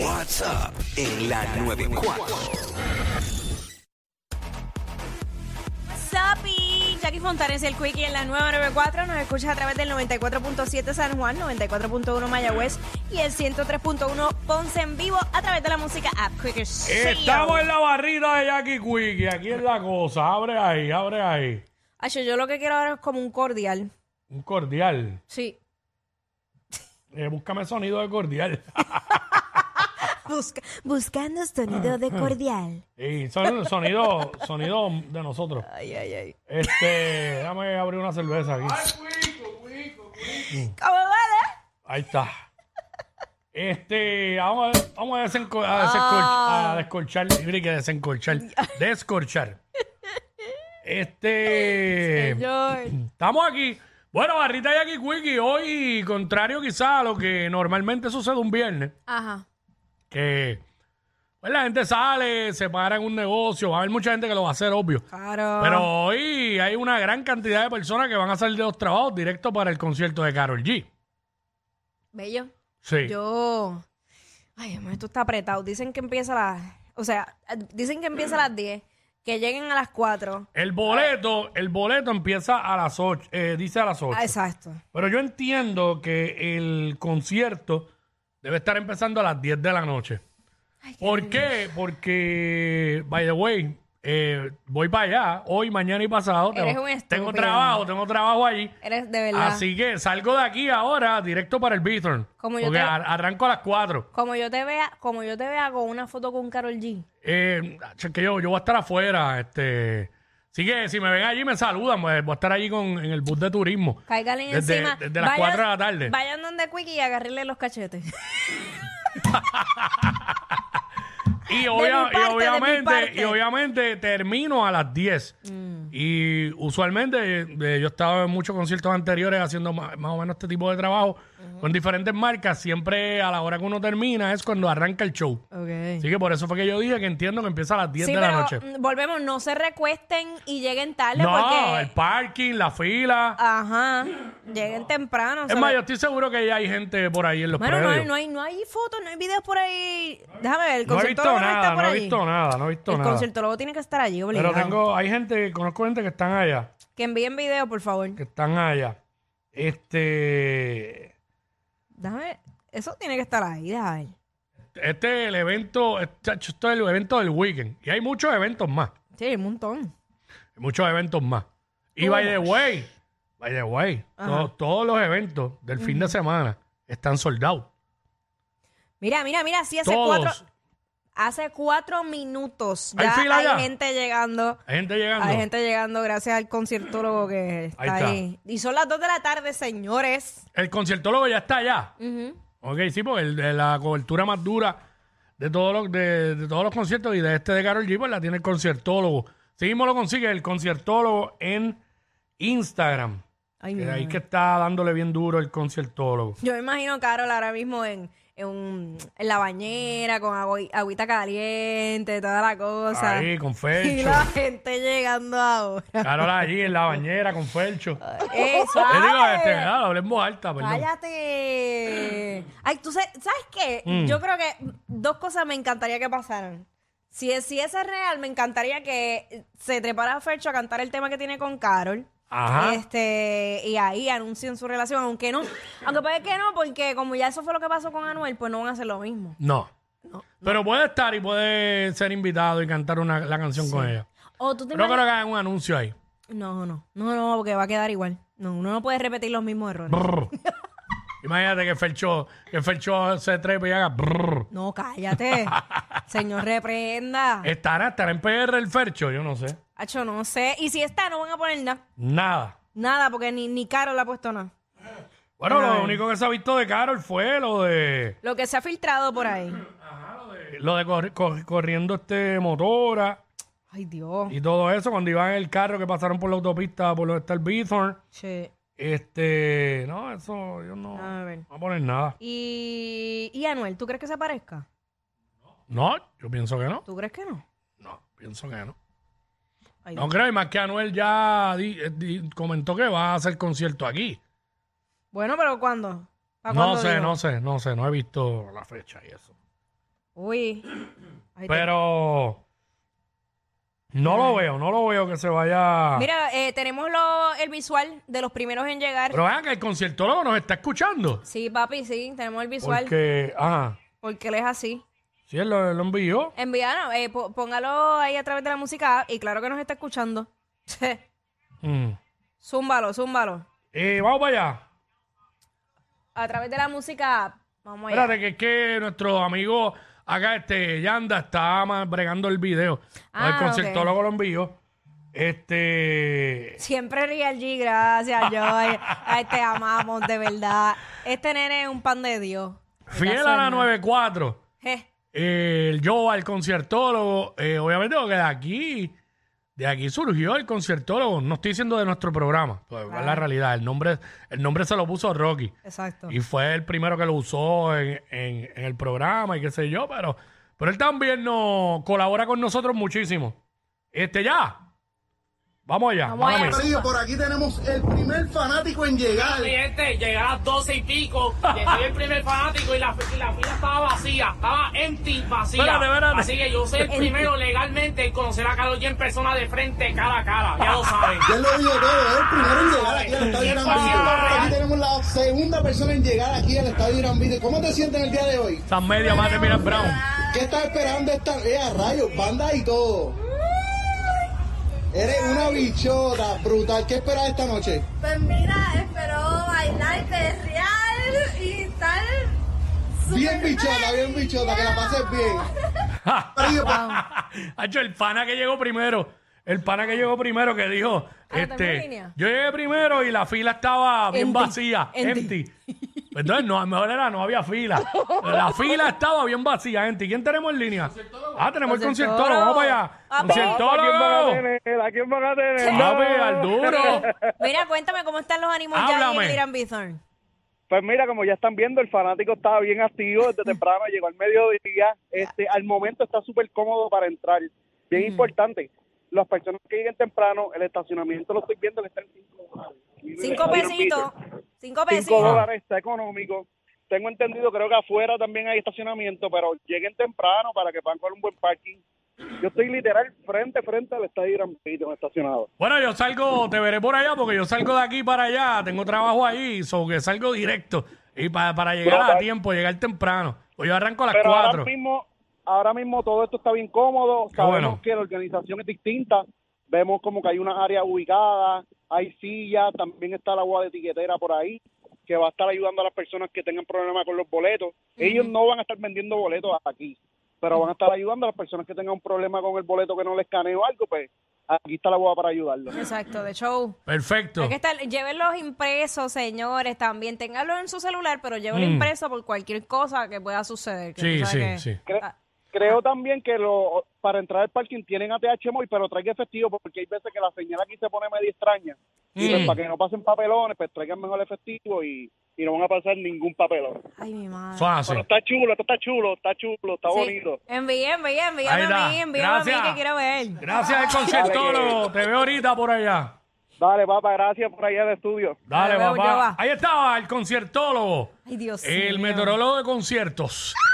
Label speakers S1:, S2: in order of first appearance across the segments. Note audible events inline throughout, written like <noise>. S1: What's up en la 94.
S2: Sapi, Jackie Fontanes, el Quickie en la 994. Nos escuchas a través del 94.7 San Juan, 94.1 Mayagüez y el 103.1 Ponce en vivo a través de la música App Quicker.
S3: Estamos en la barrita de Jackie Quickie. Aquí es la cosa. Abre ahí, abre ahí.
S2: yo lo que quiero ahora es como un cordial.
S3: Un cordial.
S2: Sí.
S3: Eh, búscame sonido de cordial.
S2: Busca, buscando sonido de cordial.
S3: Y son- sonido, sonido de nosotros.
S2: Ay, ay, ay.
S3: Este, déjame abrir una cerveza aquí.
S2: ¿Cómo
S3: Mm.
S2: eh? vale?
S3: Ahí está. Este, vamos a, vamos a, desenco- a
S2: Ah.
S3: desencorch- a descorchar. Mire que desencorchar.
S2: <laughs>
S3: Descorchar. Este.
S2: Señor.
S3: Estamos aquí. Bueno, Barrita y aquí, Quickie, hoy, contrario quizá a lo que normalmente sucede un viernes,
S2: Ajá.
S3: que pues, la gente sale, se para en un negocio, va a haber mucha gente que lo va a hacer, obvio.
S2: Ah. Claro.
S3: Pero hoy hay una gran cantidad de personas que van a salir de los trabajos directo para el concierto de Carol G.
S2: Bello.
S3: Sí.
S2: Yo. Ay, amor, esto está apretado. Dicen que empieza a las. O sea, dicen que empieza a las 10, que lleguen a las 4.
S3: El boleto, el boleto empieza a las 8, dice a las 8.
S2: Ah, exacto.
S3: Pero yo entiendo que el concierto debe estar empezando a las 10 de la noche. ¿Por qué? Porque, by the way, eh, voy para allá hoy, mañana y pasado.
S2: Eres
S3: Tengo,
S2: un estúpido.
S3: tengo trabajo, tengo trabajo allí.
S2: Eres de verdad.
S3: Así que salgo de aquí ahora directo para el Beaton.
S2: Como
S3: Porque
S2: yo te-
S3: ar- arranco a las 4.
S2: Como yo te vea, como yo te vea con una foto con Carol G.
S3: Eh, che, que yo, yo voy a estar afuera. Este, así que si me ven allí, me saludan. pues, Voy a estar allí con, en el bus de turismo.
S2: Cáigale
S3: Desde-
S2: encima.
S3: desde las
S2: Vayan-
S3: 4 de la tarde.
S2: Vayan donde Quick y agarrarle los cachetes.
S3: Y, obvia-
S2: mi
S3: y
S2: parte, de mi
S3: obviamente,
S2: parte. Mm.
S3: y obviamente termino a las 10. Y usualmente eh, yo estaba en muchos conciertos anteriores haciendo ma- más, o menos este tipo de trabajo con diferentes marcas. Siempre a la hora que uno termina es cuando arranca el show.
S2: Ok.
S3: Así que por eso fue que yo dije que entiendo que empieza a las 10
S2: Sí,
S3: de
S2: pero
S3: la noche.
S2: mm, volvemos, no se recuesten y lleguen tarde
S3: No,
S2: porque. Ah,
S3: el parking, la fila.
S2: Ajá. Lleguen temprano.
S3: es más, yo estoy seguro que ya hay gente por ahí en los
S2: Bueno, no
S3: predios.
S2: hay, no hay, no hay fotos, no hay videos por ahí. Déjame ver, el
S3: No he
S2: concierto
S3: visto
S2: luego
S3: nada,
S2: está por
S3: no he
S2: allí.
S3: visto nada, no he visto
S2: el
S3: nada.
S2: concierto luego tiene que estar allí, obligado.
S3: Pero tengo, hay gente, conozco gente que están allá.
S2: Que envíen video, por favor.
S3: que están allá. Este,
S2: Déjame, eso tiene que estar ahí, déjame ver.
S3: este es el evento, este- chacho, esto es el evento del weekend. Y hay muchos eventos más.
S2: Sí, hay un montón.
S3: hay Muchos eventos más. Y by the way, by the way, to- todos los eventos del fin de semana están soldados.
S2: Mira, mira, mira, sí, hace
S3: Todos.
S2: cuatro, hace cuatro minutos
S3: ¿Hay
S2: ya
S3: fila
S2: hay
S3: ya?
S2: gente llegando.
S3: Hay gente llegando.
S2: Hay gente llegando gracias al conciertólogo que está
S3: Ahí
S2: ahí.
S3: está.
S2: Y son las dos de la tarde, señores.
S3: El conciertólogo ya está allá. Ok, sí, porque el de la cobertura más dura de todos los, de, de todos los conciertos y de este de Carol G, pues la tiene el conciertólogo. Sí mismo lo consigue el conciertólogo en Instagram.
S2: Ay,
S3: Que
S2: mi
S3: ahí
S2: madre.
S3: que está dándole bien duro el conciertólogo.
S2: Yo me imagino a Carol ahora mismo en, en, un- en la bañera, con agui- agüita caliente, toda la cosa.
S3: ahí,
S2: <laughs>
S3: con
S2: y
S3: Felcho.
S2: la gente llegando ahora.
S3: Carol allí en la bañera con Felcho. <laughs> Le
S2: ¡Ey, suave!
S3: digo, este, ah, hablé en voz alta, perdón.
S2: ¡Cállate! Ay, tú sa- sabes qué?
S3: Mm.
S2: Yo creo que dos cosas me encantaría que pasaran. Si, es- si ese es real, me encantaría que se trepara Fercho a cantar el tema que tiene con Carol.
S3: Ajá.
S2: Este, y ahí anuncien su relación, aunque no. Aunque puede que no, porque como ya eso fue lo que pasó con Anuel, pues no van a hacer lo mismo.
S3: No. Pero puede estar y puede ser invitado y cantar una, la canción con ella.
S2: O tú te
S3: No creo que
S2: imaginas-
S3: hagan un anuncio ahí.
S2: No, no, no, no, porque va a quedar igual. No, uno no puede repetir los mismos errores.
S3: Brr. Imagínate que Felcho, que Felcho se trepe y haga. brr.
S2: No,
S3: <laughs>
S2: cállate. Señor, reprenda.
S3: ¿Estará, ¿Estará en PR el Fercho? Yo no sé.
S2: Hacho, no sé. Y si está, no van a poner nada.
S3: Nada.
S2: Nada, porque ni, ni Carol le ha puesto nada.
S3: Bueno, lo único que se ha visto de Carol fue lo de
S2: Lo que se ha filtrado por
S3: <clears throat>
S2: ahí.
S3: lo de corri- cor- corriendo este motora
S2: Ay, Dios.
S3: y todo eso cuando iban en el carro que pasaron por la autopista por donde está el Bithorn.
S2: Che.
S3: Este, no, eso yo no, no
S2: A ver.
S3: voy a poner nada.
S2: Y, y Anuel, ¿tú crees que se aparezca?
S3: No, yo pienso que no.
S2: ¿Tú crees que no?
S3: No, pienso que no.
S2: Ay,
S3: No creo, y más que Anuel ya di- eh, di- comentó que va a hacer concierto aquí.
S2: Bueno, pero ¿cuándo? ¿Para
S3: No
S2: cuándo
S3: sé,
S2: digo?
S3: no sé, no sé, no he visto la fecha y eso. <clears throat>
S2: Uy. Ay, te-
S3: Pero no lo veo, no lo veo que se vaya.
S2: Mira, eh, tenemos lo- el visual de los primeros en llegar.
S3: Pero vean que el conciertólogo nos está escuchando.
S2: Sí, papi, sí, tenemos el visual.
S3: Porque, ajá,
S2: Porque él es así.
S3: sí, él lo, lo envió.
S2: Envíanos, eh, po- póngalo ahí a través de la música app, y claro que nos está escuchando.
S3: Mm.
S2: zúmbalo, zúmbalo.
S3: Eh, vamos para allá.
S2: A través de la música app. Vamos allá.
S3: Espérate, que es que nuestro amigo acá, este Yanda, está ma- bregando el video.
S2: Ah,
S3: el conciertólogo lo envió. Este.
S2: Siempre Real G, gracias, yo. Ay, te amamos, de verdad. Este nene es un pan de Dios.
S3: Fiel a la 94.
S2: Je.
S3: eh, el yo al conciertólogo. eh, obviamente, porque de aquí, de aquí surgió el conciertólogo. No estoy diciendo de nuestro programa, pues, es la realidad. El nombre, el nombre se lo puso Rocky.
S2: Ah. Exacto.
S3: Y fue el primero que lo usó en, en- en el programa y qué sé yo, pero, pero él también nos colabora con nosotros muchísimo. Este ya. Vamos allá.
S2: Vamos
S3: mala
S2: allá,
S3: mía.
S2: Rocky.
S4: Sí, por aquí tenemos el primer fanático en llegar.
S5: Mi gente, llegué a las 12 y pico, que soy el primer fanático y la, y la fila estaba vacía, estaba empty, vacía.
S3: Espérate, espérate.
S5: Así que yo soy el primero legalmente en conocer a Carlos G en persona de frente, cara a cara,
S3: <laughs>
S5: ya lo saben.
S4: Ya lo dijo todo, es el primero en llegar aquí al Estadio Irán Vito. Aquí tenemos la segunda persona en llegar aquí al Estadio Irán Vito. ¿Cómo te sientes el día de hoy?
S3: San media más de Miran Brown.
S4: ¿Qué estás esperando esta eh, a rayos, banda y todo? Eres una bichota brutal. ¿Qué esperas esta noche?
S6: Pues mira, espero bailar, perrear y estar
S4: Bien bichota, bien bichota, que la pases bien. Marido,
S3: <laughs> Hacho, el pana que llegó primero. El pana que llegó primero que dijo,
S2: Ah, ¿también en
S3: este,
S2: línea?
S3: yo llegué primero y la fila estaba bien
S2: Empty,
S3: vacía, empty. Pues
S2: empty. <laughs>
S3: Entonces, no, mejor era, no había fila. Pues La fila estaba bien vacía, empty. ¿Quién tenemos en línea? Ah, tenemos el conciertólogo, vamos para allá.
S2: Ah,
S3: Conciertólogo.
S7: ¿A quién van a tener?
S3: Papi, al duro.
S2: Mira, cuéntame cómo están los ánimos ya en
S3: Háblame.
S2: el Irán Bithorn.
S7: Pues mira, como ya están viendo, el fanático estaba bien
S2: <laughs>
S7: activo desde temprano, llegó al mediodía. Este, al momento está súper cómodo para entrar. Bien importante, las personas que lleguen temprano, el estacionamiento lo estoy viendo que está en 5 dólares.
S2: Cinco pesitos. Cinco
S7: 5
S2: pesitos.
S7: dólares está económico. Tengo entendido, creo que afuera también hay estacionamiento, pero lleguen temprano para que puedan con un buen parking. Yo estoy literal frente, frente al estadio Gran Pito, estacionado.
S3: Bueno, yo salgo, te veré por allá porque yo salgo de aquí para allá, tengo trabajo ahí, so que salgo directo. Y pa- para llegar a
S7: Brutal.
S3: tiempo, llegar temprano. Pues yo arranco a las
S7: Pero ahora
S3: 4.
S7: mismo, ahora mismo todo esto está bien cómodo. Sabemos
S3: bueno.
S7: que la organización es distinta. Vemos como que hay una área ubicada, hay sillas, también está la agua de etiquetera por ahí, que va a estar ayudando a las personas que tengan problemas con los boletos. Ellos no van a estar vendiendo boletos aquí, pero van a estar ayudando a las personas que tengan un problema con el boleto que no les escaneo o algo, pues aquí está la agua para ayudarlos.
S2: Exacto, de show.
S3: Perfecto.
S2: Hay que estar, lleven los impresos, señores, también. Ténganlos en su celular, pero lleven
S3: Mm.
S2: impreso por cualquier cosa que pueda suceder. que
S3: Sí,
S2: tú sabes
S3: sí,
S2: que-
S3: sí.
S7: Cre-
S2: Ah.
S7: creo también que lo, para entrar al parking tienen ATH móvil, pero traigan efectivo porque hay veces que la señal aquí se pone medio extraña. Y pues
S3: Mm.
S7: para que no pasen papelones, pues traigan mejor efectivo y, y no van a pasar ningún papelón.
S2: Ay, mi madre.
S3: Eso es así.
S7: Pero está chulo, esto está chulo, está chulo, está bonito.
S2: Envíen, envíen,
S3: Ahí
S2: envíen
S3: está.
S2: a mí, envíame a mí
S3: Gracias.
S2: que quiero ver.
S3: Gracias al conciertólogo. Te veo ahorita por allá.
S7: Dale, papá, gracias por allá del estudio.
S3: Dale,
S2: Te veo,
S3: papá.
S2: yo va.
S3: Ahí estaba el conciertólogo.
S2: Ay, Dios
S3: el
S2: mío.
S3: meteorólogo de conciertos. <laughs>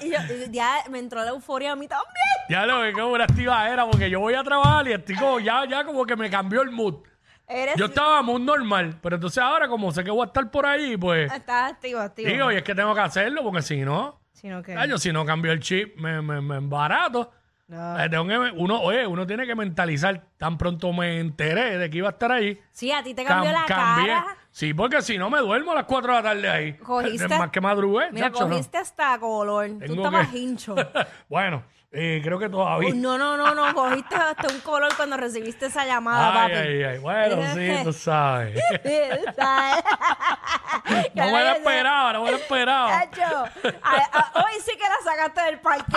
S2: Y yo- y ya me entró la euforia a mí también.
S3: ya lo que qué buena activa era, porque yo voy a trabajar y estoy como, ya, ya como que me cambió el mood.
S2: Eres.
S3: Yo estaba mood normal, pero entonces ahora como sé que voy a estar por ahí, pues
S2: Estás activo, activo.
S3: digo, y es que tengo que hacerlo, porque si no,
S2: Sino que-
S3: ay, yo si no cambio el chip, me, me, me embarato.
S2: No.
S3: Eh, tengo que- uno, oye, uno tiene que mentalizar. Tan pronto me enteré de que iba a estar ahí.
S2: Sí, a ti te cambió
S3: Cam-
S2: la
S3: cambié.
S2: cara.
S3: Sí, porque si no me duermo a las 4 de la tarde ahí.
S2: Cogiste.
S3: Más que madrugué.
S2: Mira,
S3: chacho, ¿no?
S2: cogiste hasta color. Tú
S3: Tengo
S2: estabas
S3: que-
S2: hincho.
S3: <laughs> bueno, eh, creo que todavía.
S2: Uy, no, no, no, no. Cogiste hasta un color cuando recibiste esa llamada,
S3: ay,
S2: papi.
S3: ay, ay. Bueno,
S2: <laughs>
S3: sí, tú sabes. no me
S2: la
S3: lo esperaba, no me lo esperaba.
S2: Cacho, a- a- hoy sí que la sacaste del parque.